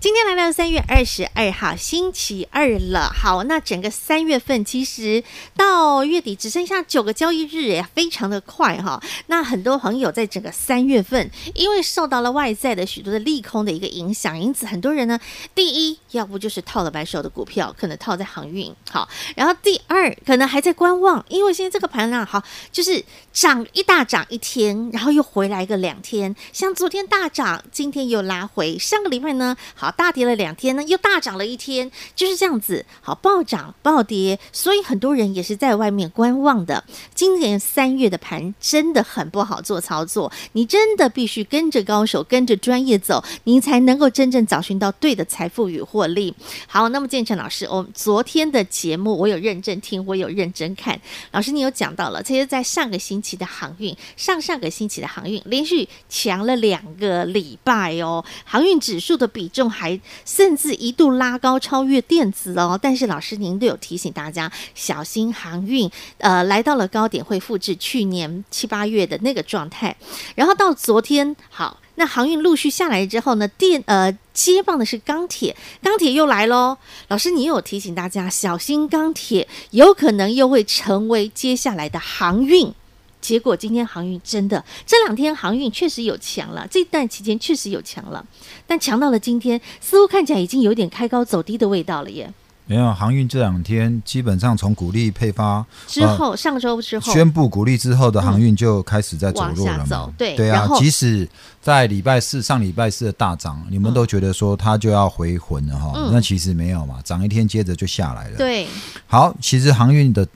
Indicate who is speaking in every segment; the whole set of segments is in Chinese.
Speaker 1: 今天来到三月二十二号，星期二了。好，那整个三月份其实到月底只剩下九个交易日，也非常的快哈、那很多朋友在整个三月份，因为受到了外在的许多的利空的一个影响，因此很多人呢，第一，要不就是套了白手的股票，可能套在航运好，然后第二，可能还在观望，因为现在这个盘啊，好，就是涨一大涨一天，然后又回来个两天，像昨天大涨，今天又拉回，上个礼拜呢，好大跌了两天呢，又大涨了一天，就是这样子，好暴涨暴跌，所以很多人也是在外面观望的。今年三月的盘真的很不好做操作，你真的必须跟着高手，跟着专业走，您才能够真正找寻到对的财富与获利。好，那么建成老师，我们昨天的节目我有认真听，我有认真看。老师，你有讲到了，这是在上个星期的航运，上上个星期的航运连续强了两个礼拜哦，航运指数的比重还甚至一度拉高，超越电子哦。但是老师您都有提醒大家小心航运，呃，来到了高点会复制去年七八月的那个状态。然后到昨天，好，那航运陆续下来之后呢，电呃接棒的是钢铁，钢铁又来喽。老师，你有提醒大家小心钢铁，有可能又会成为接下来的航运。结果今天航运真的这两天航运确实有强了，这段期间确实有强了，但强到了今天，似乎看起来已经有点开高走低的味道了耶。
Speaker 2: 没有航运这两天基本上从股利配发
Speaker 1: 之后，上周之后，
Speaker 2: 宣布股利之后的航运就开始在走
Speaker 1: 往
Speaker 2: 弱
Speaker 1: 下
Speaker 2: 了
Speaker 1: 走
Speaker 2: 嘛？
Speaker 1: 对然
Speaker 2: 啊
Speaker 1: 后，
Speaker 2: 即使在礼拜四上礼拜四的大涨，你们都觉得说它就要回魂了哈、
Speaker 1: 嗯
Speaker 2: 那其实没有嘛，涨一天接着就下来了。，
Speaker 1: 对，
Speaker 2: 好，其实航运的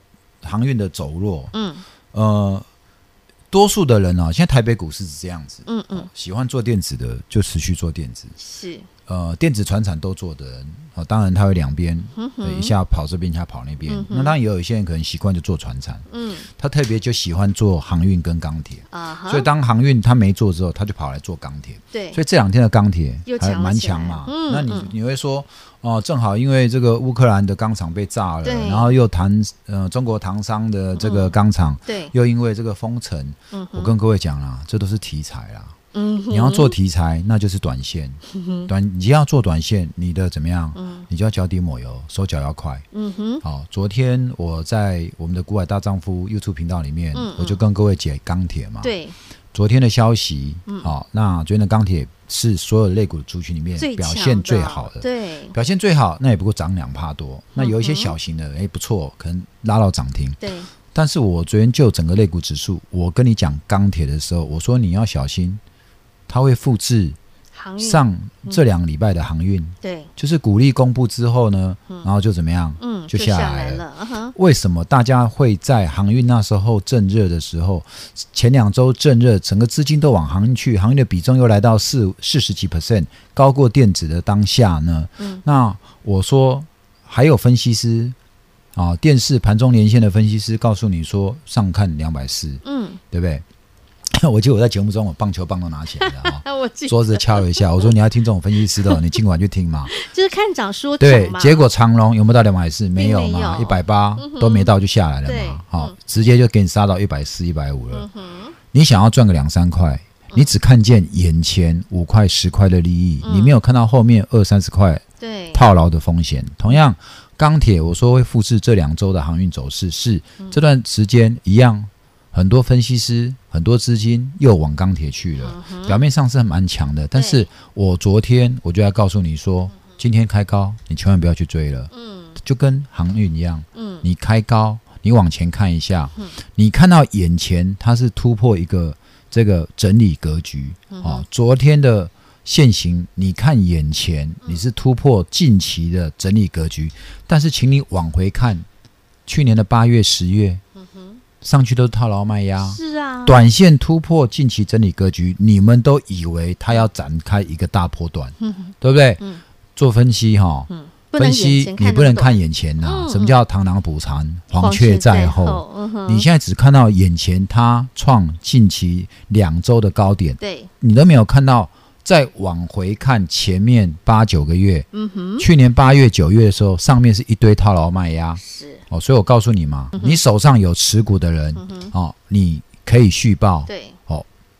Speaker 2: 航运的走弱，
Speaker 1: 嗯
Speaker 2: 呃，多数的人啊，现在台北股市是这样子，
Speaker 1: 嗯嗯，
Speaker 2: 喜欢做电子的就持续做电子，
Speaker 1: 是，
Speaker 2: 呃电子船产都做的人，啊、当然他会两边、
Speaker 1: 嗯
Speaker 2: 呃
Speaker 1: 哼
Speaker 2: 一，下跑这边，一下跑那边。
Speaker 1: 嗯哼
Speaker 2: 那当然也有一些人可能习惯就做船产，
Speaker 1: 嗯
Speaker 2: 他特别就喜欢做航运跟钢铁。
Speaker 1: 啊哈，
Speaker 2: 所以当航运他没做之后，他就跑来做钢铁。
Speaker 1: 对，
Speaker 2: 所以这两天的钢铁
Speaker 1: 又强
Speaker 2: 还
Speaker 1: 了
Speaker 2: 蛮
Speaker 1: 起来
Speaker 2: 强嘛。
Speaker 1: 嗯
Speaker 2: 那
Speaker 1: 嗯
Speaker 2: 你你会说，哦、正好因为这个乌克兰的钢厂被炸了
Speaker 1: 对，
Speaker 2: 然后又谈呃中国唐商的这个钢厂，
Speaker 1: 对，
Speaker 2: 又因为这个封城，
Speaker 1: 嗯哼
Speaker 2: 我跟各位讲啦，这都是题材啦。
Speaker 1: 嗯哼，
Speaker 2: 你要做题材，那就是短线。
Speaker 1: 嗯
Speaker 2: 短，你要做短线，你的怎么样？你就要脚底抹油，手脚要快。
Speaker 1: 嗯哼，
Speaker 2: 好、昨天我在我们的《古海大丈夫》YouTube 频道里面，
Speaker 1: 嗯嗯
Speaker 2: 我就跟各位解钢铁嘛。，
Speaker 1: 对，嗯
Speaker 2: 昨天的消息，好、那昨天的钢铁是所有类股族群里面
Speaker 1: 最
Speaker 2: 表
Speaker 1: 强
Speaker 2: 现最好的。
Speaker 1: 对
Speaker 2: 表现最好，那也不过涨两帕多。那有一些
Speaker 1: 嗯哼
Speaker 2: 小型的，哎、不错，可能拉到涨停。
Speaker 1: 对，
Speaker 2: 但是我昨天就整个类股指数，我跟你讲钢铁的时候，我说你要小心，它会复制
Speaker 1: 航运嗯
Speaker 2: 上这两个礼拜的航运，
Speaker 1: 对，
Speaker 2: 就是股利公布之后呢，然后就怎么样，
Speaker 1: 嗯，
Speaker 2: 就
Speaker 1: 下
Speaker 2: 下来了。
Speaker 1: 了，啊哈，
Speaker 2: 为什么大家会在航运那时候正热的时候，前两周正热，整个资金都往航运去，航运的比重又来到四四十几 percent，高过电子的当下呢？
Speaker 1: 嗯
Speaker 2: 那我说还有分析师啊，电视盘中连线的分析师告诉你说，上看两百四，
Speaker 1: 嗯，
Speaker 2: 对 不对？我记得我在节目中，我棒球棒都拿起来了啊、
Speaker 1: 那我记
Speaker 2: 桌子敲了 一下，我说你要听这种分析师的哦，你尽管去听嘛。
Speaker 1: 就是看涨说
Speaker 2: 对
Speaker 1: 涨，嘛，
Speaker 2: 结果长隆有没有到两百四？没有嘛，
Speaker 1: 并
Speaker 2: 一
Speaker 1: 没有
Speaker 2: 百八
Speaker 1: 嗯哼
Speaker 2: 都没到就下来了
Speaker 1: 对
Speaker 2: 嘛，好
Speaker 1: 嗯，
Speaker 2: 直接就给你杀到一百四、一百五了
Speaker 1: 嗯。哼，
Speaker 2: 你想要赚个两三块，你只看见眼前五块、十块的利益，
Speaker 1: 嗯
Speaker 2: 你没有看到后面二三十块
Speaker 1: 对，
Speaker 2: 套牢的风险。同样，钢铁我说会复制这两周的航运走势，是
Speaker 1: 嗯
Speaker 2: 这段时间一样，很多分析师、很多资金又往钢铁去
Speaker 1: 嗯
Speaker 2: 了，表面上是蛮强的，但是我昨天我就要告诉你说，今天开高，你千万不要去追了，
Speaker 1: 嗯
Speaker 2: 就跟航运一样，
Speaker 1: 嗯，
Speaker 2: 你开高，你往前看一下，你看到眼前它是突破一个这个整理格局
Speaker 1: 嗯
Speaker 2: 啊，昨天的现行，你看眼前
Speaker 1: 嗯
Speaker 2: 你是突破近期的整理格局，但是请你往回看，去年的八月、十月，上去都是套牢卖压。
Speaker 1: 嗯是啊，
Speaker 2: 短线突破近期整理格局，你们都以为它要展开一个大波段，
Speaker 1: 嗯
Speaker 2: 对不对？
Speaker 1: 嗯
Speaker 2: 做分析哈、
Speaker 1: 不能眼前
Speaker 2: 分析
Speaker 1: 看
Speaker 2: 你
Speaker 1: 那
Speaker 2: 不
Speaker 1: 么
Speaker 2: 能
Speaker 1: 多
Speaker 2: 看眼前呐、
Speaker 1: 嗯
Speaker 2: 什么叫螳螂捕蝉，黄
Speaker 1: 雀
Speaker 2: 雀在
Speaker 1: 后，
Speaker 2: 后？
Speaker 1: 嗯哼，
Speaker 2: 你现在只看到眼前它创近期两周的高点，
Speaker 1: 对，
Speaker 2: 你都没有看到再往回看前面八九个月，
Speaker 1: 嗯哼，
Speaker 2: 去年八月九月的时候，上面是一堆套牢卖压
Speaker 1: 是，嗯
Speaker 2: 哦，所以我告诉你嘛，你手上有持股的人、哦，你可以续报，哦
Speaker 1: 对，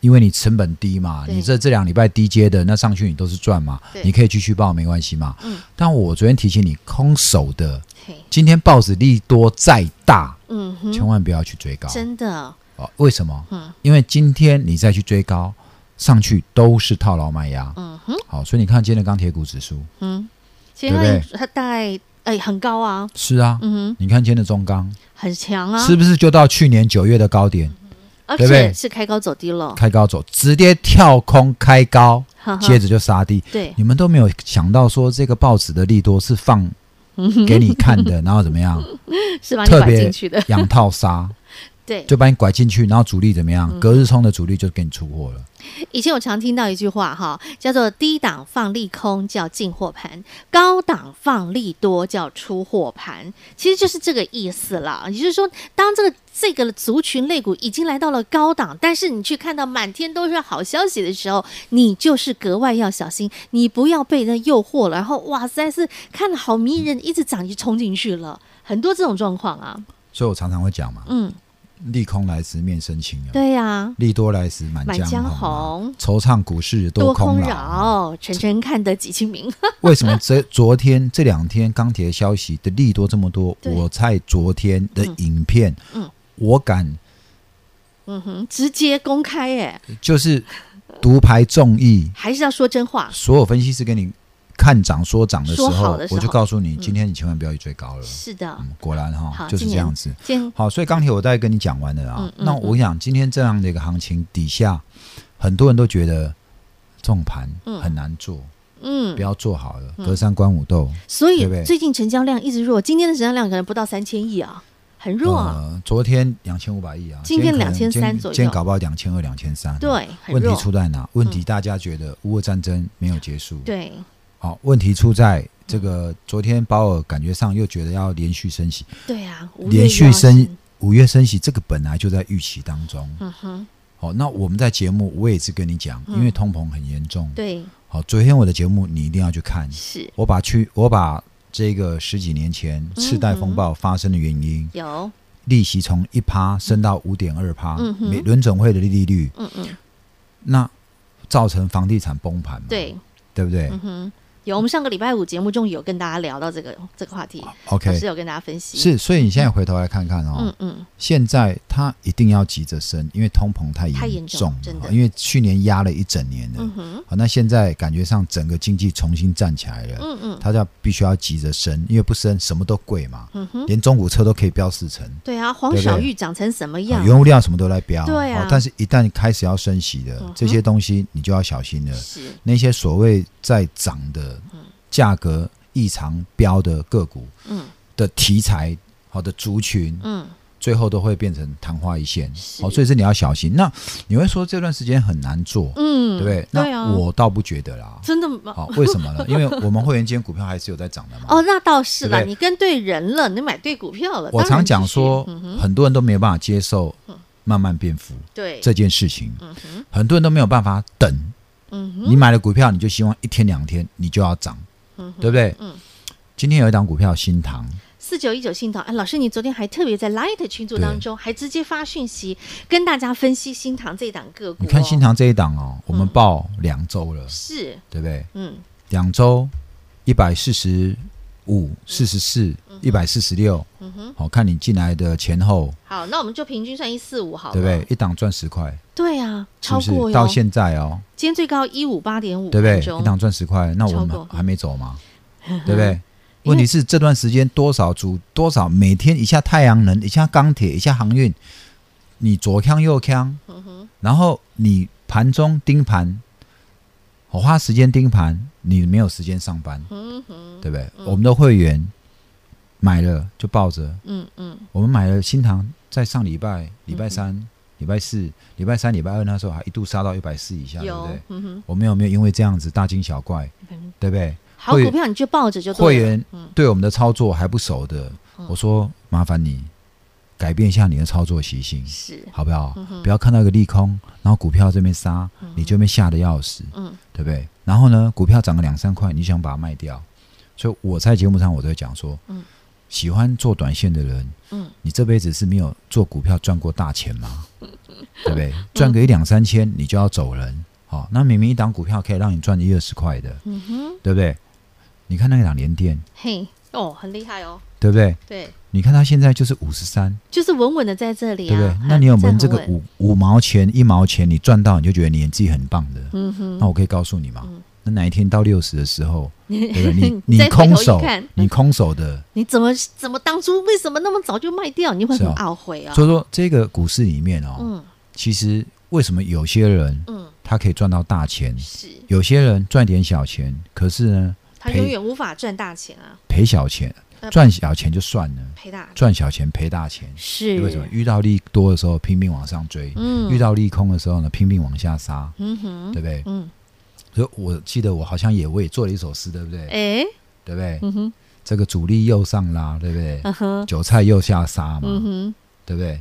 Speaker 2: 因为你成本低嘛，
Speaker 1: 对
Speaker 2: 你这这两礼拜低接的，那上去你都是赚嘛
Speaker 1: 对，
Speaker 2: 你可以继续报没关系嘛。
Speaker 1: 嗯
Speaker 2: 但我昨天提醒你，空手的，
Speaker 1: 嘿，
Speaker 2: 今天报纸利多再大，
Speaker 1: 嗯
Speaker 2: 千
Speaker 1: 哼，
Speaker 2: 万不要去追高。
Speaker 1: 真的，
Speaker 2: 哦，为什么？
Speaker 1: 嗯
Speaker 2: 因为今天你再去追高，上去都是套牢卖压。
Speaker 1: 嗯哼，
Speaker 2: 好、所以你看今天的钢铁股指数，
Speaker 1: 嗯，其实
Speaker 2: 对不
Speaker 1: 它它大概哎很高啊，
Speaker 2: 是啊，
Speaker 1: 嗯
Speaker 2: 你看今天的中钢、
Speaker 1: 哼，很强啊，嗯
Speaker 2: 是不是就到去年九月的高点，
Speaker 1: 而
Speaker 2: 对不
Speaker 1: 且
Speaker 2: 对
Speaker 1: 是开高走低了，
Speaker 2: 开高走，直接跳空开高，
Speaker 1: 哈哈
Speaker 2: 接着就杀低。
Speaker 1: 对，
Speaker 2: 你们都没有想到说这个报纸的利多是放给你 看的，然后怎么样
Speaker 1: 是嗯把你
Speaker 2: 特
Speaker 1: 拐
Speaker 2: 别
Speaker 1: 进去的，
Speaker 2: 养套 杀，
Speaker 1: 对。
Speaker 2: 就把你拐进去，然后主力怎么样？
Speaker 1: 嗯
Speaker 2: 隔日冲的主力就给你出货了。
Speaker 1: 以前我常听到一句话哈，叫做低档放利空叫进货盘，高档放利多叫出货盘，其实就是这个意思啦。也就是说，当这个这个族群类股已经来到了高档，但是你去看到满天都是好消息的时候，你就是格外要小心，你不要被那诱惑了。然后哇，实在是看的好迷人，一直涨就冲进去了，很多这种状况啊。
Speaker 2: 所以我常常会讲嘛，
Speaker 1: 嗯，
Speaker 2: 利空来时面生情啊，
Speaker 1: 对呀、
Speaker 2: 利多来时满
Speaker 1: 满江
Speaker 2: 江红啊。
Speaker 1: 红。
Speaker 2: 惆怅股市
Speaker 1: 多
Speaker 2: 多空扰啊。
Speaker 1: 扰，晨晨看得几清明。
Speaker 2: 为什么这昨天这两天钢铁消息的利多这么多？
Speaker 1: 对
Speaker 2: 我在昨天的影片，
Speaker 1: 嗯嗯
Speaker 2: 我敢
Speaker 1: 嗯哼，直接公开耶，
Speaker 2: 嗯就是独排众议，
Speaker 1: 还是要说真话。
Speaker 2: 所有分析师给你看涨说涨的时
Speaker 1: 说好
Speaker 2: 候
Speaker 1: 的，时候
Speaker 2: 我就告诉你，今天你千万不要去追高了。
Speaker 1: 是的，
Speaker 2: 嗯，果然
Speaker 1: 好
Speaker 2: 哈，就是
Speaker 1: 今
Speaker 2: 这
Speaker 1: 年
Speaker 2: 样子。
Speaker 1: 今
Speaker 2: 好，所以钢铁我大概跟你讲完了啊。
Speaker 1: 嗯嗯
Speaker 2: 那我想今天这样的一个行情底下，很多人都觉得重盘
Speaker 1: 嗯
Speaker 2: 很难做，
Speaker 1: 嗯
Speaker 2: 不，要做好了，隔山观五斗。
Speaker 1: 所以
Speaker 2: 对不对
Speaker 1: 最近成交量一直弱，今天的成交量可能不到三千亿啊，很弱啊。
Speaker 2: 呃，昨天两千五百亿啊，
Speaker 1: 今天
Speaker 2: 可
Speaker 1: 2300
Speaker 2: 能今天
Speaker 1: 左右
Speaker 2: 今天搞不好两千二、两千三。，
Speaker 1: 对，很
Speaker 2: 问题
Speaker 1: 弱。
Speaker 2: 出在哪？问题大家觉得乌俄战争没有结束。，
Speaker 1: 对，
Speaker 2: 好，问题出在这个昨天鲍尔感觉上又觉得要连续升息，
Speaker 1: 对啊，五月
Speaker 2: 连
Speaker 1: 又
Speaker 2: 续
Speaker 1: 要
Speaker 2: 升，五月升息，这个本来就在预期当中。
Speaker 1: 嗯哼，
Speaker 2: 好，那我们在节目我也是跟你讲，因为通膨很严重。
Speaker 1: 对，
Speaker 2: 好，昨天我的节目你一定要去看，
Speaker 1: 是
Speaker 2: 我把去我把这个十几年前
Speaker 1: 嗯
Speaker 2: 次贷风暴发生的原因，
Speaker 1: 有，
Speaker 2: 利息从一趴升到五点二趴
Speaker 1: 嗯，哼
Speaker 2: 美轮总会的利率，
Speaker 1: 嗯嗯，
Speaker 2: 那造成房地产崩盘嘛，
Speaker 1: 对，
Speaker 2: 对不对
Speaker 1: 嗯哼，有。我们上个礼拜五节目中有跟大家聊到这个这个话题，老
Speaker 2: ？OK，
Speaker 1: 师有跟大家分析。，
Speaker 2: 是，所以你现在回头来看看哦
Speaker 1: 嗯，嗯，
Speaker 2: 现在它一定要急着升，因为通膨太
Speaker 1: 太
Speaker 2: 严
Speaker 1: 严重
Speaker 2: 重
Speaker 1: 真
Speaker 2: 了，
Speaker 1: 的
Speaker 2: 因为去年压了一整年了
Speaker 1: 嗯，哼，
Speaker 2: 好，那现在感觉上整个经济重新站起来了，
Speaker 1: 嗯嗯，
Speaker 2: 它要必须要急着升，因为不升什么都贵嘛，
Speaker 1: 嗯哼，
Speaker 2: 连中古车都可以飙四成，
Speaker 1: 对啊，黄
Speaker 2: 对不对
Speaker 1: 小玉长成什么
Speaker 2: 好
Speaker 1: 样？
Speaker 2: 啊原物料什么都在飙，
Speaker 1: 对啊
Speaker 2: 好但是一旦开始要升息的
Speaker 1: 嗯哼
Speaker 2: 这些东西，你就要小心了。
Speaker 1: 是，
Speaker 2: 那些所谓在涨的价格异常飙的个股
Speaker 1: 嗯
Speaker 2: 的题材，好的族群，
Speaker 1: 嗯，
Speaker 2: 最后都会变成昙花一现。
Speaker 1: 是
Speaker 2: 好，所以这你要小心。那你会说这段时间很难做，
Speaker 1: 嗯，
Speaker 2: 对不对？
Speaker 1: 对啊
Speaker 2: 那我倒不觉得啦。
Speaker 1: 真的吗？
Speaker 2: 好，为什么呢？因为我们会员间股票还是有在涨的嘛。
Speaker 1: 哦，那倒是啦，
Speaker 2: 对不对
Speaker 1: 你跟对人了，你买对股票了。当
Speaker 2: 我
Speaker 1: 然
Speaker 2: 常讲
Speaker 1: 继续
Speaker 2: 说
Speaker 1: 嗯，
Speaker 2: 很多人都没有办法接受慢慢变富
Speaker 1: 对，
Speaker 2: 这件事情，
Speaker 1: 嗯哼，
Speaker 2: 很多人都没有办法等。
Speaker 1: 嗯哼，
Speaker 2: 你买了股票，你就希望一天两天你就要涨，
Speaker 1: 嗯
Speaker 2: 对不对？
Speaker 1: 嗯
Speaker 2: 今天有一档股票新塘，
Speaker 1: 四九一九信堂，哎，老师，你昨天还特别在 Light 群组
Speaker 2: 对
Speaker 1: 当中还直接发讯息跟大家分析新塘这档个股、
Speaker 2: 你看新
Speaker 1: 塘
Speaker 2: 塘这一档哦，我们报两周了，
Speaker 1: 是，
Speaker 2: 对不对？
Speaker 1: 嗯
Speaker 2: 两周一百四十五、四十四、一百四十六，
Speaker 1: 嗯哼，
Speaker 2: 好看你进来的前后，
Speaker 1: 好，那我们就平均算一四五好了，
Speaker 2: 对不对？？一档赚十块，
Speaker 1: 对啊，
Speaker 2: 是
Speaker 1: 超
Speaker 2: 不是
Speaker 1: 过？哟，
Speaker 2: 到现在哦，
Speaker 1: 今天最高一五八点五，
Speaker 2: 对不对？一档赚十块，那我
Speaker 1: 超过
Speaker 2: 们还没走 吗？对不对？
Speaker 1: 因为
Speaker 2: 问题是这段时间多少组多少每天一下太阳能，一下钢铁，一下航运，你左扛右扛，
Speaker 1: 嗯
Speaker 2: 然后你盘中盯盘，我花时间盯盘，你没有时间上班，
Speaker 1: 嗯哼，
Speaker 2: 对不对？我们的会员买了就抱着，
Speaker 1: 嗯嗯，
Speaker 2: 我们买了新塘，在上礼拜礼拜三、礼拜四、礼拜三、礼拜二那时候还一度杀到一百四以下，对不
Speaker 1: 有
Speaker 2: 对？，
Speaker 1: 嗯哼，
Speaker 2: 我们有没有因为这样子大惊小怪，对不对？
Speaker 1: 好
Speaker 2: 会
Speaker 1: 股票你就抱着就
Speaker 2: 会
Speaker 1: 对了。
Speaker 2: 员对我们的操作还不熟的，我说麻烦你改变一下你的操作习性，
Speaker 1: 是，
Speaker 2: 好不好？
Speaker 1: 嗯
Speaker 2: 不要看到一个利空，然后股票这边杀，你就被吓得要死，
Speaker 1: 嗯
Speaker 2: 对不对？然后呢，股票涨个两三块，你想把它卖掉，所以我在节目上我都会讲说，
Speaker 1: 嗯
Speaker 2: 喜欢做短线的人，
Speaker 1: 嗯
Speaker 2: 你这辈子是没有做股票赚过大钱 吗？对不对？赚个一两三千，你就要走人。好、那明明一档股票可以让你赚一二十块的，
Speaker 1: 嗯哼，
Speaker 2: 对不对？你看那一档联电，
Speaker 1: 嘿，哦，很厉害哦，
Speaker 2: 对不对？
Speaker 1: 对，
Speaker 2: 你看它现在就是五十三，
Speaker 1: 就是稳稳的在这里
Speaker 2: 对
Speaker 1: 啊。
Speaker 2: 不对？
Speaker 1: 啊
Speaker 2: 那你有没有这个？
Speaker 1: 站很稳
Speaker 2: 五五毛钱、一毛钱，你赚到你就觉得你自己很棒的？
Speaker 1: 嗯哼，嗯
Speaker 2: 那我可以告诉你嘛，那哪一天到六十的 时候，对不对？你
Speaker 1: 你再
Speaker 2: 你
Speaker 1: 回头
Speaker 2: 空
Speaker 1: 一
Speaker 2: 手
Speaker 1: 看，
Speaker 2: 你空 手的，
Speaker 1: 你怎么怎么当初为什么那么早就卖掉？你会
Speaker 2: 是
Speaker 1: 很
Speaker 2: 哦
Speaker 1: 懊悔啊。
Speaker 2: 所以说这个股市里面哦，
Speaker 1: 嗯
Speaker 2: 其实为什么有些人
Speaker 1: 嗯，
Speaker 2: 他可以赚到大钱，
Speaker 1: 是，
Speaker 2: 有些人赚点小钱，可是呢
Speaker 1: 他
Speaker 2: 赔
Speaker 1: 永远无法赚大钱啊，
Speaker 2: 赔小钱
Speaker 1: 呃，
Speaker 2: 赚小钱就算了，
Speaker 1: 赔大钱。
Speaker 2: 赚小钱赔大钱，
Speaker 1: 是
Speaker 2: 为什么？遇到利多的时候拼命往上追，
Speaker 1: 嗯
Speaker 2: 遇到利空的时候呢拼命往下杀，
Speaker 1: 嗯哼，
Speaker 2: 对不对？
Speaker 1: 嗯，
Speaker 2: 所以我记得我好像也我也做了一首诗，对不对？
Speaker 1: 哎，
Speaker 2: 对不对？
Speaker 1: 嗯哼，
Speaker 2: 这个主力又上拉，对不对？
Speaker 1: 嗯哼，
Speaker 2: 韭菜又下杀嘛，
Speaker 1: 嗯哼。
Speaker 2: 对不对？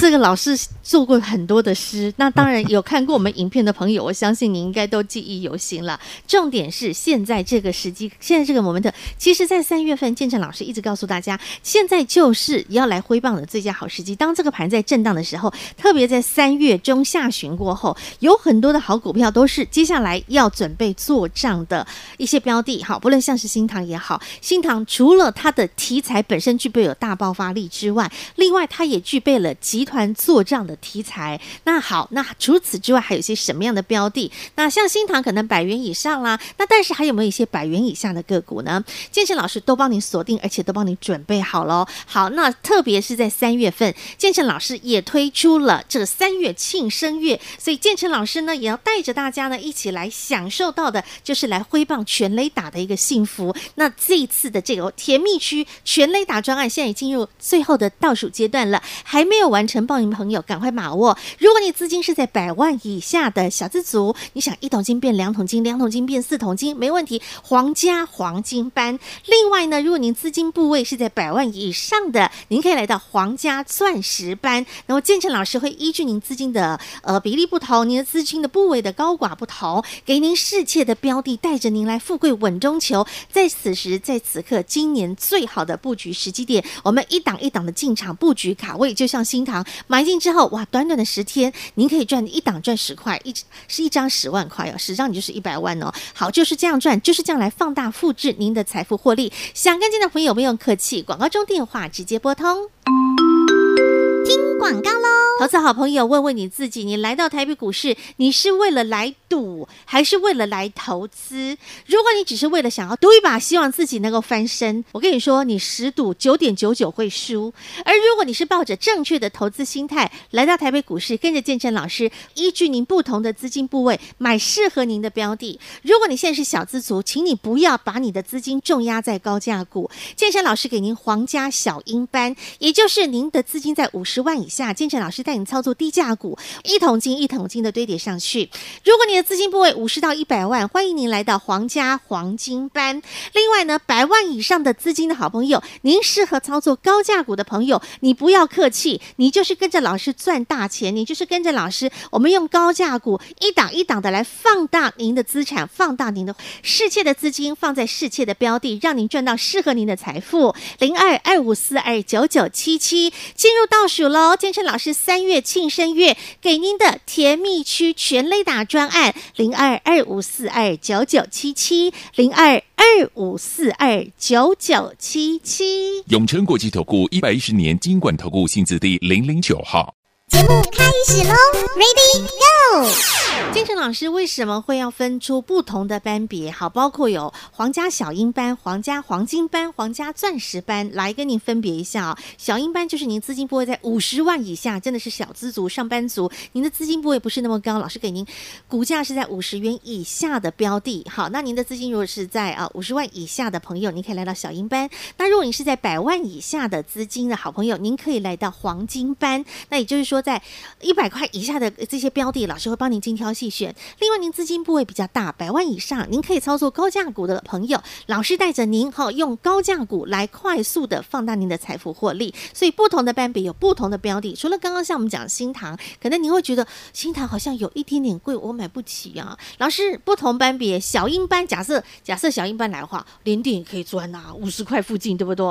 Speaker 1: 这个老师做过很多的诗，那当然有看过我们影片的朋友，我相信你应该都记忆犹新了。重点是现在这个时机，现在这个 moment，其实，在三月份，建成老师一直告诉大家，现在就是要来挥棒的最佳好时机。当这个盘在震荡的时候，特别在三月中下旬过后，有很多的好股票都是接下来要准备做账的一些标的。好，不论像是新塘也好，新塘除了它的题材本身具备有大爆发力之外，另外它也具备了集团做账的题材。那好，那除此之外还有一些什么样的标的？那像新塘可能百元以上啦，那但是还有没有一些百元以下的个股呢？建成老师都帮你锁定，而且都帮你准备好喽。好，那特别是在三月份，建成老师也推出了这个三月庆生月，所以建成老师呢也要带着大家呢一起来享受到的，就是来挥棒全垒打的一个幸福。那这一次的这个甜蜜区全垒打专案，现在已经进入最后的倒数阶段了，还没有完成报名的朋友，赶快把握。如果你资金是在百万以下的小资族，你想一桶金变两桶金，两桶金变四桶金，没问题。皇家黄金班。另外呢，如果您资金部位是在百万以上的，您可以来到皇家钻石班。然后建成老师会依据您资金的呃比例不同，您的资金的部位的高寡不同，给您适切的标的，带着您来富贵稳中求。在此时，在此刻，今年最好的布局时机点，我们一档一档的进场布局卡位，就像新塘买进之后，哇，短短的十天，您可以赚一档赚十块，一是一张十万块哦，十张你就是一百万哦。好，就是这样赚，就是这样来放大复制您的财富获利。想跟进的朋友们用客气，广告中电话直接拨通。广告喽。投资好朋友，问问你自己，你来到台北股市，你是为了来赌，还是为了来投资？如果你只是为了想要赌一把，希望自己能够翻身，我跟你说，你十赌九点九九会输。而如果你是抱着正确的投资心态来到台北股市，跟着建成老师，依据您不同的资金部位买适合您的标的。如果你现在是小资族，请你不要把你的资金重压在高价股。建成老师给您皇家小鹰班，也就是您的资金在五十万以下，建成老师带你操作低价股，一桶金一桶金的堆叠上去。如果你的资金部位五十到一百万，欢迎您来到皇家黄金班。另外呢，百万以上的资金的好朋友，您适合操作高价股的朋友，你不要客气，你就是跟着老师赚大钱，你就是跟着老师，我们用高价股一档一档的来放大您的资产，放大您的世界的资金，放在世界的标的，让您赚到适合您的财富。零二二五四二九九七七进入倒数喽，建成老师三月庆生月给您的甜蜜区全雷打专案零二二五四二九九七七零二二五四二九九七七。
Speaker 3: 永诚国际投顾一百一十年金管投顾新字第零零九号。
Speaker 1: 建成老师为什么会要分出不同的班别？好，包括有皇家小鹰班、皇家黄金班、皇家钻石班，来跟您分别一下哦。小鹰班就是您资金部位在五十万以下，真的是小资族、上班族，您的资金部位不是那么高，老师给您股价是在五十元以下的标的。好，那您的资金如果是在啊五十万以下的朋友，您可以来到小鹰班；那如果你是在百万以下的资金的好朋友，您可以来到黄金班。那也就是说，在一百块以下的这些标的，老师会帮您精挑细选。另外，您资金部位比较大，百万以上，您可以操作高价股的朋友，老师带着您哈、用高价股来快速的放大您的财富获利。所以，不同的班别有不同的标的。除了刚刚像我们讲新塘，可能您会觉得新塘好像有一点点贵，我买不起啊。老师，不同班别，小英班假设假设小英班来的话，连电也可以赚啊，五十块附近，对不对？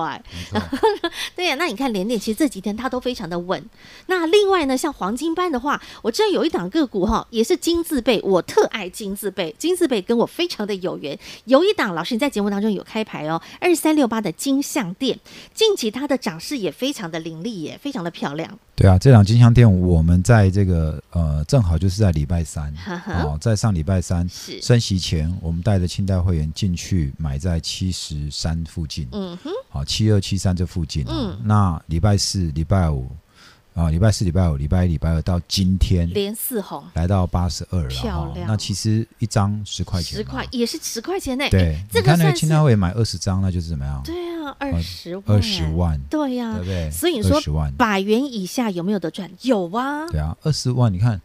Speaker 1: 对呀、那你看联电其实这几天它都非常的稳。那另外呢，像黄金班的话，我知道有一档个股哈，也是金字辈，我特爱金字辈，金字辈跟我非常的有缘。有一档老师你在节目当中有开牌哦，二三六八的金项店，近期它的涨势也非常的凌厉耶，非常的漂亮。
Speaker 2: 对啊，这场金香店我们在这个呃，正好就是在礼拜三
Speaker 1: 呵呵
Speaker 2: 哦，在上礼拜三
Speaker 1: 是
Speaker 2: 升息前，我们带着清代会员进去买在七十三附近，
Speaker 1: 嗯哼，
Speaker 2: 好七二七三这附近、啊。
Speaker 1: 嗯
Speaker 2: 那礼拜四、礼拜五啊，礼拜四、礼拜五、礼拜一、礼拜二到今天
Speaker 1: 连四红。
Speaker 2: 来到八十二了
Speaker 1: 漂
Speaker 2: 哦
Speaker 1: 亮
Speaker 2: 那其实一张十块钱嘛，
Speaker 1: 十块也是十块钱呢，
Speaker 2: 对
Speaker 1: 哎，这
Speaker 2: 你
Speaker 1: 个
Speaker 2: 看那个
Speaker 1: 算
Speaker 2: 清
Speaker 1: 是
Speaker 2: 代会员买二十张，那就是怎么样？
Speaker 1: 对啊，二十万，
Speaker 2: 二十，万，
Speaker 1: 对呀、
Speaker 2: 对不对？
Speaker 1: 所以你说
Speaker 2: 20万
Speaker 1: 百元以下有没有得赚？有啊，
Speaker 2: 对啊，二十万，你看，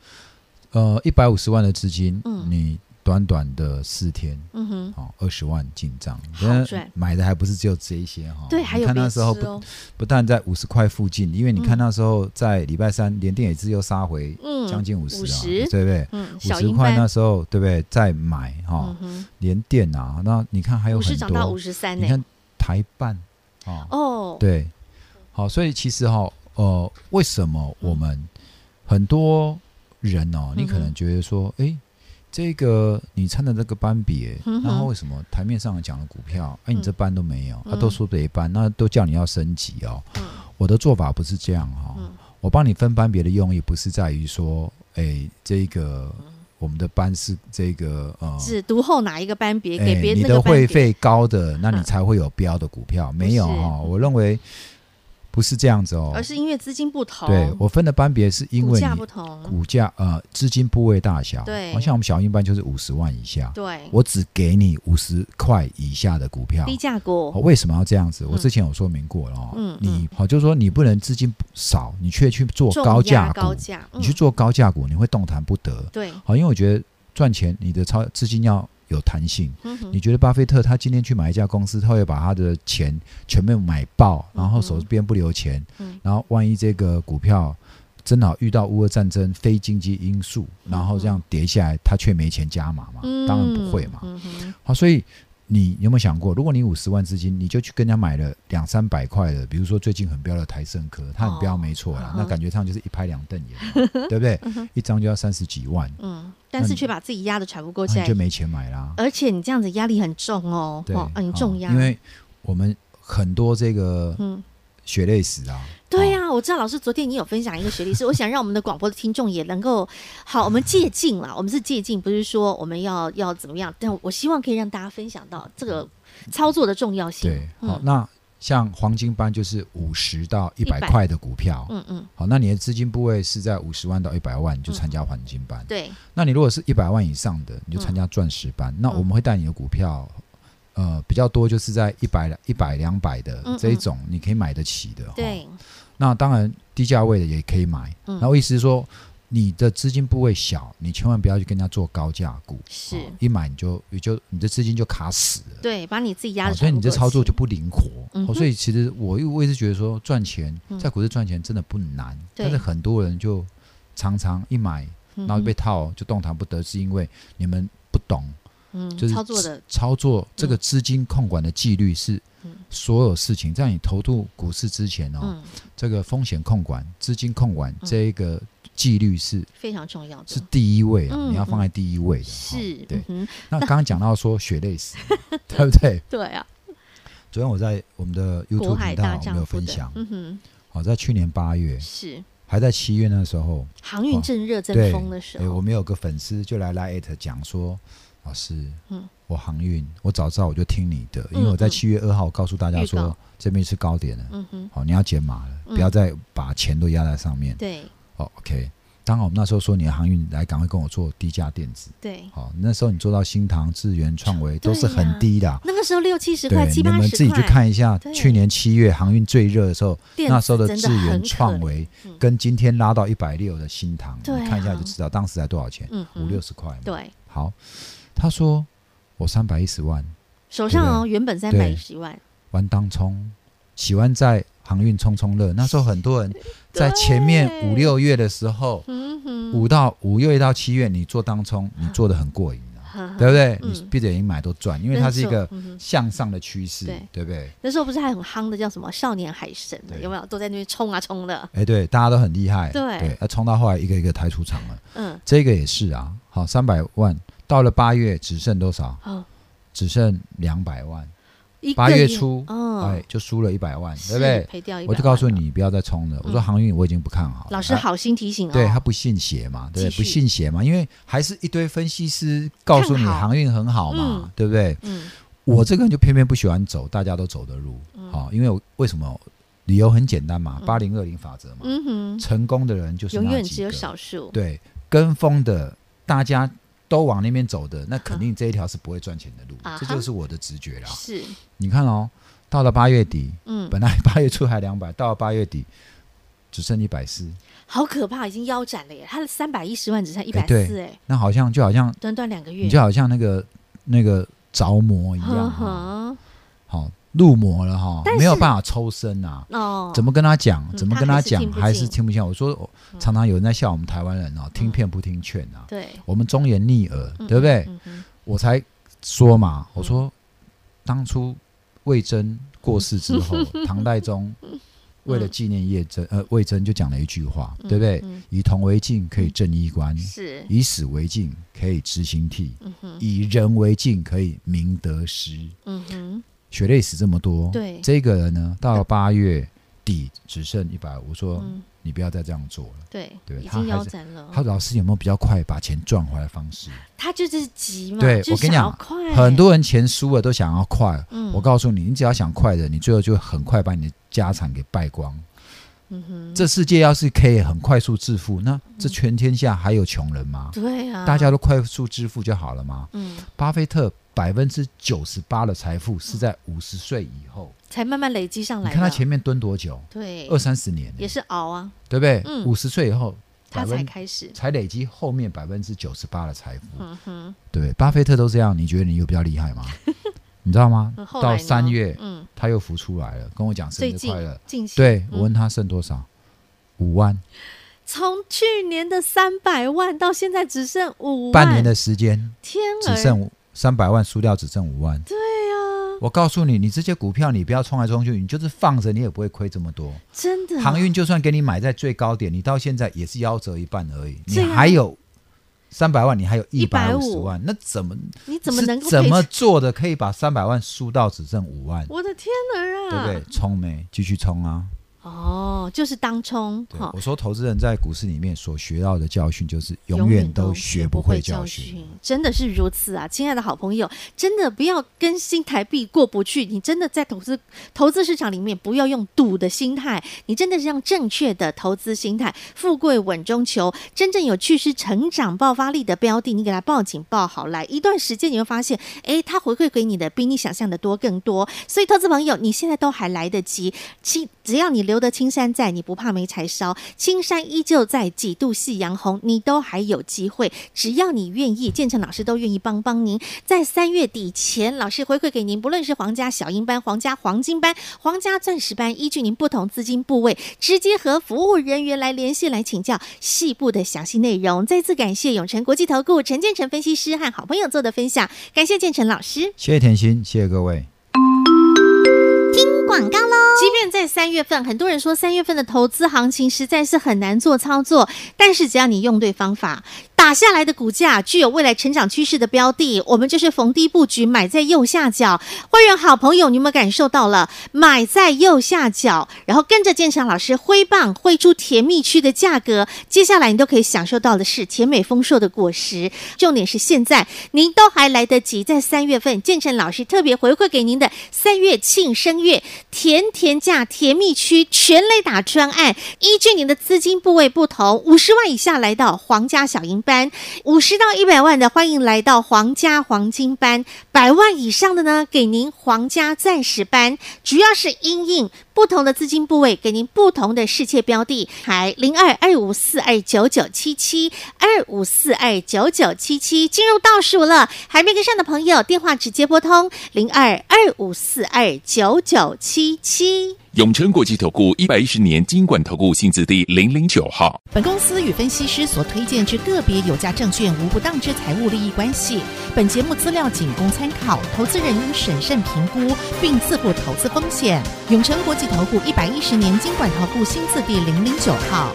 Speaker 2: 呃，一百五十万的资金，
Speaker 1: 嗯
Speaker 2: 你短短的四天，
Speaker 1: 嗯哼，
Speaker 2: 哦，二十万进账，
Speaker 1: 好
Speaker 2: 但是
Speaker 1: 赚
Speaker 2: 买的还不是只有这一些哈、
Speaker 1: 对，
Speaker 2: 哦你
Speaker 1: 还有
Speaker 2: 看
Speaker 1: 别
Speaker 2: 那
Speaker 1: 的
Speaker 2: 时候不、
Speaker 1: 哦，
Speaker 2: 不但在五十块附近，因为你看
Speaker 1: 嗯
Speaker 2: 那时候在礼拜三连电也是又杀回
Speaker 1: 嗯
Speaker 2: 将近五十啊，
Speaker 1: 50
Speaker 2: 对不对？
Speaker 1: 嗯，
Speaker 2: 五
Speaker 1: 小
Speaker 2: 十
Speaker 1: 银
Speaker 2: 块那
Speaker 1: 班，
Speaker 2: 时候对不对？再买哈、
Speaker 1: 嗯哼，
Speaker 2: 连电啊，那你看还有
Speaker 1: 五
Speaker 2: 很
Speaker 1: 十涨到五
Speaker 2: 多，
Speaker 1: 十三
Speaker 2: 你
Speaker 1: 呢，
Speaker 2: 看台办哦，
Speaker 1: 哦，
Speaker 2: 对，好，所以其实哈、呃，为什么我们很多人哦，你可
Speaker 1: 嗯哼
Speaker 2: 能觉得说，诶，这个你参的这个班别，
Speaker 1: 嗯哼
Speaker 2: 然后为什么台面上讲的股票，哎、你这
Speaker 1: 嗯
Speaker 2: 班都没有，他、
Speaker 1: 嗯
Speaker 2: 都说别班，那都叫你要升级哦。
Speaker 1: 嗯
Speaker 2: 我的做法不是这样哈、
Speaker 1: 嗯
Speaker 2: 我帮你分班别的用意不是在于说，哎、这个
Speaker 1: 嗯
Speaker 2: 我们的班是这个呃。
Speaker 1: 只独后哪一个班别给别
Speaker 2: 哎你
Speaker 1: 人那
Speaker 2: 的
Speaker 1: 个班
Speaker 2: 会
Speaker 1: 别，
Speaker 2: 费高的，那你
Speaker 1: 嗯
Speaker 2: 才会有标的股票。没有
Speaker 1: 不是嗯
Speaker 2: 哈、我认为不是这样子哦
Speaker 1: 而。是因为资金不同，
Speaker 2: 对我分的班别是因
Speaker 1: 股
Speaker 2: 为
Speaker 1: 价不
Speaker 2: 你
Speaker 1: 同，
Speaker 2: 股价呃资金部位大小，哦
Speaker 1: 对
Speaker 2: 好像我们小鹰班就是五十万以下，
Speaker 1: 对，
Speaker 2: 我只给你五十块以下的股票。
Speaker 1: 低价
Speaker 2: 哦
Speaker 1: 股，
Speaker 2: 为什么要这样子？我
Speaker 1: 嗯
Speaker 2: 之前有说明过了哦，
Speaker 1: 嗯嗯
Speaker 2: 你好，就是说你不能资金少，你却去做
Speaker 1: 重
Speaker 2: 高价
Speaker 1: 压
Speaker 2: 股，
Speaker 1: 高价，
Speaker 2: 你去
Speaker 1: 嗯
Speaker 2: 做高价股，你会动弹不得。
Speaker 1: 对，
Speaker 2: 好，因为我觉得赚钱，你的超资金要有弹性，
Speaker 1: 嗯哼
Speaker 2: 你觉得巴菲特他今天去买一家公司，他会把他的钱全部买爆，然后手边不留钱，
Speaker 1: 嗯
Speaker 2: 然后万一这个股票真好遇到乌俄战争非经济因素，然后这样跌下来，他却没钱加码嘛？当然不会嘛。
Speaker 1: 嗯哼
Speaker 2: 好，所以你有没有想过，如果你五十万资金，你就去跟人家买了两三百块的，比如说最近很标的台盛科，它很标没错啦，
Speaker 1: 哦嗯
Speaker 2: 那
Speaker 1: 哼
Speaker 2: 感觉上就是一拍两瞪眼 嘛，对不对？一张就要三十几万，
Speaker 1: 嗯，但是却把自己压得喘不过气
Speaker 2: 那
Speaker 1: 来
Speaker 2: 啊你就，没钱买啦。
Speaker 1: 而且你这样子压力很重哦，
Speaker 2: 对，
Speaker 1: 呃哦，很
Speaker 2: 哦
Speaker 1: 重压，
Speaker 2: 因为我们很多这个
Speaker 1: 嗯。
Speaker 2: 血泪史啊，
Speaker 1: 对
Speaker 2: 哦
Speaker 1: 呀、我知道老师昨天你有分享一个学历是，我想让我们的广播的听众也能够好，我们借镜啦，我们是借镜，不是说我们要要怎么样，但我希望可以让大家分享到这个操作的重要性。
Speaker 2: 对，
Speaker 1: 嗯
Speaker 2: 好，那像黄金班就是五十到一百
Speaker 1: 100
Speaker 2: 块的股票，
Speaker 1: 嗯嗯，
Speaker 2: 好，那你的资金部位是在五十万到一百万，你就参加黄金班。
Speaker 1: 对，嗯
Speaker 2: 那你如果是一百万以上的，你就参加钻石班。那我们会带你的股票，呃，比较多就是在一百、一百、两百的
Speaker 1: 嗯嗯
Speaker 2: 这一种，你可以买得起的。哦，
Speaker 1: 对，
Speaker 2: 那当然低价位的也可以买。
Speaker 1: 嗯
Speaker 2: 那我意思是说，你的资金部位小，你千万不要去跟人家做高价股，
Speaker 1: 是
Speaker 2: 哦一买你就你就你的资金就卡死了。
Speaker 1: 对，把你自己压
Speaker 2: 哦
Speaker 1: 得
Speaker 2: 所以
Speaker 1: 喘
Speaker 2: 你
Speaker 1: 不过气、
Speaker 2: 这操作就不灵活、
Speaker 1: 嗯
Speaker 2: 哦。
Speaker 1: 哼
Speaker 2: 所以其实我又我一直觉得说赚钱
Speaker 1: 嗯
Speaker 2: 在股市赚钱真的不难，
Speaker 1: 对
Speaker 2: 但是很多人就常常一买
Speaker 1: 嗯哼，
Speaker 2: 然后就被套，就动弹不得，是因为你们不懂，
Speaker 1: 嗯
Speaker 2: 就是
Speaker 1: 操作的
Speaker 2: 操作这个资金控管的纪律是
Speaker 1: 嗯
Speaker 2: 所有事情在你投入股市之前哦，
Speaker 1: 嗯
Speaker 2: 这个风险控管、资金控管这一个纪律是
Speaker 1: 非常重要的，
Speaker 2: 是第一位啊，
Speaker 1: 嗯嗯
Speaker 2: 你要放在第一位的。哦
Speaker 1: 是
Speaker 2: 对
Speaker 1: 嗯。哼
Speaker 2: 那刚刚讲到说血泪 史，对不对？
Speaker 1: 对啊，
Speaker 2: 昨天我在我们的
Speaker 1: 国
Speaker 2: YouTube
Speaker 1: 海
Speaker 2: 频
Speaker 1: 大
Speaker 2: 道我
Speaker 1: 丈
Speaker 2: 们有
Speaker 1: 夫
Speaker 2: 分
Speaker 1: 的
Speaker 2: 享，，
Speaker 1: 嗯哼，
Speaker 2: 好，在去年八月，
Speaker 1: 是
Speaker 2: 还在七月那时候，
Speaker 1: 航运
Speaker 2: 哦
Speaker 1: 正热
Speaker 2: 对
Speaker 1: 争锋的时
Speaker 2: 诶我
Speaker 1: 候，
Speaker 2: 们有个粉丝就来来 at 讲说，老师，
Speaker 1: 嗯
Speaker 2: 我航运，我早知道我就听你的，因
Speaker 1: 嗯
Speaker 2: 为我在
Speaker 1: 嗯
Speaker 2: 七月二号告诉大家
Speaker 1: 预
Speaker 2: 说
Speaker 1: 告
Speaker 2: 这边是高点了，哦
Speaker 1: 嗯哼，
Speaker 2: 好，你要减码了，不要再把钱都压在上面。
Speaker 1: 对，
Speaker 2: 哦，OK，当然我们那时候说你的航运来赶快跟我做低价电子，
Speaker 1: 对，
Speaker 2: 好、那时候你做到新唐、智源、创维
Speaker 1: 对
Speaker 2: 都是很低的啊、
Speaker 1: 那个时候六七十
Speaker 2: 对
Speaker 1: 块、，七
Speaker 2: 你
Speaker 1: 八
Speaker 2: 们
Speaker 1: 十
Speaker 2: 自己去
Speaker 1: 块，
Speaker 2: 看一下
Speaker 1: 对，
Speaker 2: 去年七月航运最热的时候，
Speaker 1: 电子
Speaker 2: 那时候
Speaker 1: 真的
Speaker 2: 智
Speaker 1: 很
Speaker 2: 源、
Speaker 1: 可嗯
Speaker 2: 创维跟今天拉到一百六的新塘，
Speaker 1: 对啊
Speaker 2: 你看一下就知道当时才多少钱
Speaker 1: 嗯，哼
Speaker 2: 五六十块嘛。
Speaker 1: 对，
Speaker 2: 好，他说我三百一十万
Speaker 1: 手上哦原本三百一十万，
Speaker 2: 玩当冲，喜欢在航运冲冲乐。那时候很多人在前面
Speaker 1: 对
Speaker 2: 五六月的时候，
Speaker 1: 嗯哼，
Speaker 2: 五到五月到七月，你做当冲，你做的很过瘾啊，
Speaker 1: 呵呵
Speaker 2: 对不对？
Speaker 1: 嗯
Speaker 2: 你闭着眼睛买都赚，因为它是一个
Speaker 1: 没错嗯哼
Speaker 2: 向上的趋势
Speaker 1: 对，
Speaker 2: 对不对？
Speaker 1: 那时候不是还很夯的叫什么少年海神，
Speaker 2: 对
Speaker 1: 有没有？都在那边冲啊冲的，
Speaker 2: 哎，对，大家都很厉害，
Speaker 1: 对
Speaker 2: 对，啊那冲到后来一个一个抬出场了，
Speaker 1: 嗯，
Speaker 2: 这个也是啊，好，三百万到了八月只剩多少？
Speaker 1: 哦，
Speaker 2: 只剩两百万，
Speaker 1: 一个
Speaker 2: 八月
Speaker 1: 月
Speaker 2: 初，
Speaker 1: 嗯，
Speaker 2: 哎，就输了一百万，
Speaker 1: 是
Speaker 2: 对不对？
Speaker 1: 赔掉一，嗯
Speaker 2: 我就告诉，你，不要再冲了。我说航运我已经不看好了。
Speaker 1: 老师
Speaker 2: 他，
Speaker 1: 好心提醒哦，
Speaker 2: 对他不信邪嘛，对
Speaker 1: 继
Speaker 2: 不对？
Speaker 1: 续
Speaker 2: 不信邪嘛，因为还是一堆分析师告诉你
Speaker 1: 看好
Speaker 2: 航运很好嘛，
Speaker 1: 嗯
Speaker 2: 对不对？
Speaker 1: 嗯，
Speaker 2: 我这个人就偏偏不喜欢走大家都走的路，好、因为我为什么？理由很简单嘛，八零二零法则嘛，
Speaker 1: 嗯哼，
Speaker 2: 成功的人就是
Speaker 1: 永
Speaker 2: 那
Speaker 1: 远
Speaker 2: 几
Speaker 1: 只有
Speaker 2: 个
Speaker 1: 少数，
Speaker 2: 对跟风的，大家都往那边走的，那肯定这一条是不会赚钱的路，
Speaker 1: 嗯啊哈
Speaker 2: 这就是我的直觉啦。
Speaker 1: 是，
Speaker 2: 你看哦，到了八月底，
Speaker 1: 嗯，
Speaker 2: 本来八月初还两百，到了八月底只剩一百四，
Speaker 1: 好可怕，已经腰斩了耶！他的三百一十万只剩一百四，
Speaker 2: 对
Speaker 1: 哎，
Speaker 2: 那好像就好像
Speaker 1: 短短两个月，
Speaker 2: 你就好像那个那个着魔一样啊
Speaker 1: 呵
Speaker 2: 哈，
Speaker 1: 呵，
Speaker 2: 好入魔了哈
Speaker 1: 但，是
Speaker 2: 没有办法抽身啊。
Speaker 1: 哦，
Speaker 2: 怎么跟他讲？
Speaker 1: 嗯
Speaker 2: 怎么跟他讲？
Speaker 1: 他还
Speaker 2: 还
Speaker 1: 是
Speaker 2: 是
Speaker 1: 听嗯
Speaker 2: 听不进。我说，我常常有人在笑我们台湾人哦，听骗不听劝啊。
Speaker 1: 对？
Speaker 2: 我们忠言逆耳，
Speaker 1: 嗯
Speaker 2: 对不对？
Speaker 1: 嗯哼
Speaker 2: 我才说嘛，我说当初魏征过世之 后，唐代宗为了纪念叶真，呃，魏征就讲了一句话，对不对？
Speaker 1: 嗯
Speaker 2: 以铜为镜，可以正衣冠；
Speaker 1: 是，
Speaker 2: 以史为镜，可以知兴替；
Speaker 1: 嗯哼，
Speaker 2: 以人为镜，可以明得失。
Speaker 1: 嗯哼，
Speaker 2: 血泪史这么多，
Speaker 1: 对
Speaker 2: 这个人呢，到了八月底只剩一百五，我说、
Speaker 1: 嗯
Speaker 2: 你不要再这样做了。
Speaker 1: 对，
Speaker 2: 对
Speaker 1: 已
Speaker 2: 他
Speaker 1: 经
Speaker 2: 还
Speaker 1: 腰
Speaker 2: 是
Speaker 1: 斩了。
Speaker 2: 他老师有没有比较快把钱赚回来的方式？
Speaker 1: 他就是急嘛，
Speaker 2: 对
Speaker 1: 就
Speaker 2: 我跟你
Speaker 1: 想要
Speaker 2: 讲
Speaker 1: 快
Speaker 2: 很多人钱输了都想要快，
Speaker 1: 嗯
Speaker 2: 我告诉你，你只要想快的，你最后就会很快把你的家产给败光。
Speaker 1: 嗯
Speaker 2: 这世界要是可以很快速致富，那这全天下还有穷人吗？
Speaker 1: 对嗯啊，
Speaker 2: 大家都快速致富就好了吗？
Speaker 1: 嗯，
Speaker 2: 巴菲特百分之九十八的财富是在五十岁以后，
Speaker 1: 才慢慢累积上嗯
Speaker 2: 你
Speaker 1: 来的。
Speaker 2: 看他前面蹲多久，
Speaker 1: 对
Speaker 2: 二，三十年呢，
Speaker 1: 也是熬啊，
Speaker 2: 对不对
Speaker 1: 嗯？
Speaker 2: 五十岁以后，
Speaker 1: 他
Speaker 2: 百
Speaker 1: 才
Speaker 2: 分
Speaker 1: 开始。
Speaker 2: 才累积后面百分之九十八的财富。
Speaker 1: 嗯哼，
Speaker 2: 对，巴菲特都这样，你觉得你有比较厉 害吗？你知道吗
Speaker 1: 嗯？后来
Speaker 2: 到
Speaker 1: 呢
Speaker 2: 三月，
Speaker 1: 嗯，
Speaker 2: 他又浮出来了，跟我讲生
Speaker 1: 最
Speaker 2: 日
Speaker 1: 近
Speaker 2: 快乐。
Speaker 1: 近期，
Speaker 2: 对
Speaker 1: 嗯
Speaker 2: 我问他剩多少，五万，
Speaker 1: 从去年的三百万到现在只剩五万，
Speaker 2: 半年的时间
Speaker 1: 天
Speaker 2: 只
Speaker 1: 儿，
Speaker 2: 剩三百万，输掉只剩五万。
Speaker 1: 对啊，
Speaker 2: 我告诉你，你这些股票你不要冲来冲去，你就是放着，你也不会亏这么多。
Speaker 1: 真的
Speaker 2: 航运就算给你买在最高点，你到现在也是夭折一半而已，你
Speaker 1: 对啊
Speaker 2: 还有三百万，你还有一百五十
Speaker 1: 150
Speaker 2: 万，那怎么
Speaker 1: 你怎么能够
Speaker 2: 是怎
Speaker 1: 赔
Speaker 2: 么
Speaker 1: 钱
Speaker 2: 做的可以把三百万输到只剩五万？
Speaker 1: 我的天儿
Speaker 2: 对
Speaker 1: 啊，
Speaker 2: 不对？？冲没，继续冲啊！
Speaker 1: 哦，就是当冲
Speaker 2: 对
Speaker 1: 哈，
Speaker 2: 我说投资人在股市里面所学到的教训，就是永远都学不会教训。，
Speaker 1: 真的是如此啊！亲爱的好朋友，真的不要跟新台币过不去。你真的在投资投资市场里面，不要用赌的心态，你真的是用正确的投资心态，富贵稳中求。真正有趋势、成长、爆发力的标的，你给它报警报好来，一段时间你会发现，哎，它回馈给你的比你想象的多更多。所以，投资朋友，你现在都还来得及，青只要你留得青山在，你不怕没柴烧，青山依旧在，几度夕阳红，你都还有机会。只要你愿意，建成老师都愿意帮帮您。在三月底前，老师回馈给您，不论是皇家小鹰班、皇家黄金班、皇家钻石班，依据您不同资金部位，直接和服务人员来联系来请教细部的详细内容。再次感谢永诚国际投顾陈建成分析师和好朋友做的分享，感谢建成老师。
Speaker 2: 谢谢甜心，谢谢各位。
Speaker 1: 广告喽。即便在三月份，很多人说三月份的投资行情实在是很难做操作，但是只要你用对方法，大打下来的股价具有未来成长趋势的标的，我们就是逢低布局，买在右下角。会员好朋友，你有没有感受到了？买在右下角，然后跟着建祥老师挥棒挥出甜蜜区的价格，接下来你都可以享受到的是甜美丰硕的果实。重点是现在您都还来得及，在三月份，建成老师特别回馈给您的三月庆生月甜甜价甜蜜区全雷打专案，依据您的资金部位不同，五十万以下来到皇家小银班，五十到一百万的欢迎来到皇家黄金班，百万以上的呢给您皇家钻石班，主要是因应。不同的资金部位给您不同的世界标的，还零二二五四二九九七七二五四二九九七七进入倒数了，还没跟上的朋友电话直接拨通零二二五四二九九七七。
Speaker 3: 永诚国际投顾一百一十年金管投顾性质第零零九号。
Speaker 4: 本公司与分析师所推荐之个别有价证券无不当之财务利益关系。本节目资料仅供参考，投资人应审慎评估并自负投资风险。永诚国际投顾一百一十年经管投顾新字第零零九号。